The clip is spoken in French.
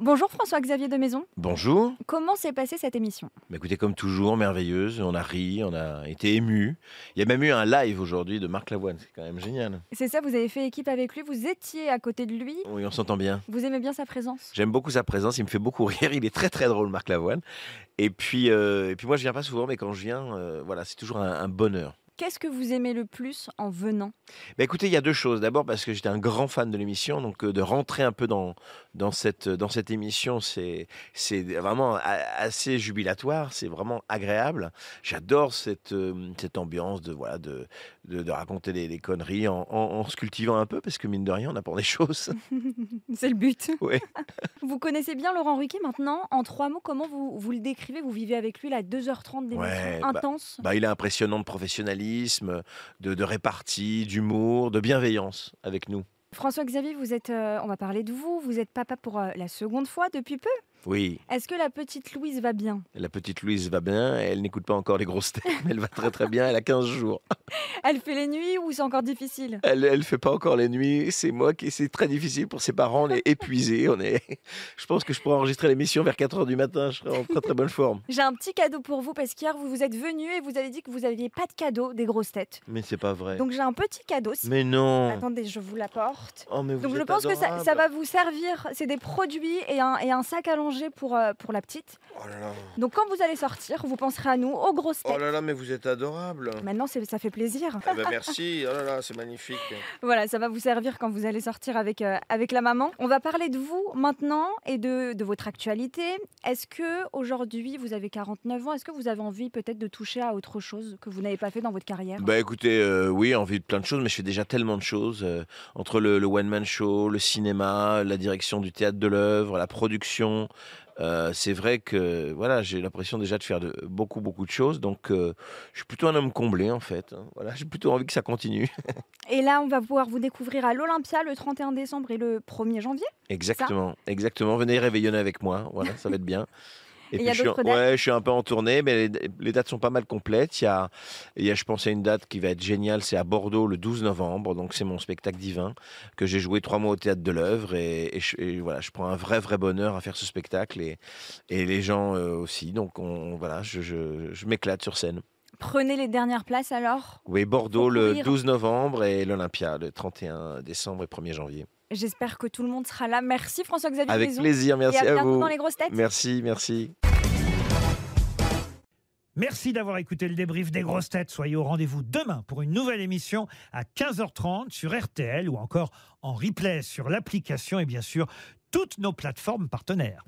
Bonjour François-Xavier de Maison. Bonjour. Comment s'est passée cette émission Bah, écoutez, comme toujours, merveilleuse. On a ri, on a été ému. Il y a même eu un live aujourd'hui de Marc Lavoine. C'est quand même génial. C'est ça, vous avez fait équipe avec lui, vous étiez à côté de lui, Oui, on s'entend bien. vous aimez bien sa présence. J'aime beaucoup sa présence. Il me fait beaucoup rire. Il est très très drôle, Marc Lavoine. Et puis, euh, et puis moi, je viens pas souvent, mais quand je viens, euh, voilà, c'est toujours un, un bonheur. Qu'est-ce que vous aimez le plus en venant Bah, écoutez, il y a deux choses. D'abord, parce que j'étais un grand fan de l'émission, donc euh, de rentrer un peu dans, dans, cette, dans cette émission, c'est c'est vraiment a- assez jubilatoire, c'est vraiment agréable. J'adore cette, euh, cette ambiance de, voilà, de, de, de raconter des, des conneries en, en- en se cultivant un peu, parce que mine de rien, on apprend des choses. C'est le but. Ouais. Vous connaissez bien Laurent Ruquier maintenant. En trois mots, comment vous, vous le décrivez Vous vivez avec lui la 2h30 d'émission Ouais, bah- intense. Bah, il est impressionnant de professionnalisme, de, de répartie, d'humour, de bienveillance avec nous. François-Xavier, vous êtes, euh, on va parler de vous, vous êtes papa pour euh, la seconde fois depuis peu. Oui, Est-ce que la petite Louise va bien la petite Louise va bien, elle n'écoute pas encore les grosses têtes, mais elle va très très bien, elle a 15 jours. Elle fait les nuits ou c'est encore difficile Elle ne fait pas encore les nuits, c'est moi qui. C'est très difficile pour ses parents, on est épuisés. On est... Je pense que je pourrais enregistrer l'émission vers 4 h du matin, je serai en très très bonne forme. J'ai un petit cadeau pour vous parce qu'hier vous vous êtes venu et vous avez dit que vous n'aviez pas de cadeau des grosses têtes. Mais c'est pas vrai. Donc j'ai un petit cadeau. si- Mais non Attendez, je vous l'apporte. Oh, mais vous Donc je êtes pense que ça, adorable. ça va vous servir. C'est des produits et un, et un sac allongé pour, euh, pour la petite. Oh là là, Donc quand vous allez sortir, vous penserez à nous, aux grosses têtes. oh là là, mais vous êtes adorable Maintenant, c'est- ça fait plaisir. Eh ben, Merci, oh là là, c'est magnifique. Voilà, ça va vous servir quand vous allez sortir avec, euh, avec la maman. On va parler de vous maintenant et de, de votre actualité. Est-ce que aujourd'hui, vous avez 49 ans, est-ce que vous avez envie peut-être de toucher à autre chose que vous n'avez pas fait dans votre carrière Bah écoutez, euh, oui, envie de plein de choses, mais je fais déjà tellement de choses. euh, entre le, le one-man show, le cinéma, la direction du théâtre de l'œuvre, la production. euh, c'est vrai que voilà, j'ai l'impression déjà de faire de, beaucoup, beaucoup de choses. Donc euh, je suis plutôt un homme comblé en fait. hein. Voilà, j'ai plutôt envie que ça continue. Et là, on va pouvoir vous découvrir à l'Olympia le 31 décembre et le 1er janvier. Exactement, exactement. Venez réveillonner avec moi. Voilà, ça va être bien. Et Et, il y a puis je suis, d'autres dates ouais, je suis un peu en tournée, mais les, les dates sont pas mal complètes. Il y, a, il y a, je pense, à une date qui va être géniale, c'est à Bordeaux le 12 novembre. Donc c'est mon spectacle divin que j'ai joué trois mois au théâtre de l'œuvre. Et, et je, et voilà, je prends un vrai, vrai bonheur à faire ce spectacle et, et les gens euh, aussi. Donc on, voilà, je, je, je m'éclate sur scène. Prenez les dernières places alors. Oui, Bordeaux Faut le courir. 12 novembre et l'Olympia le 31 décembre et 1er janvier. J'espère que tout le monde sera là. Merci François-Xavier Avec Maison. plaisir, Et merci à à, bientôt vous. dans les grosses têtes. Merci, merci. Merci d'avoir écouté le débrief des grosses têtes. Soyez au rendez-vous demain pour une nouvelle émission à 15h30 sur RTL ou encore en replay sur l'application et bien sûr toutes nos plateformes partenaires.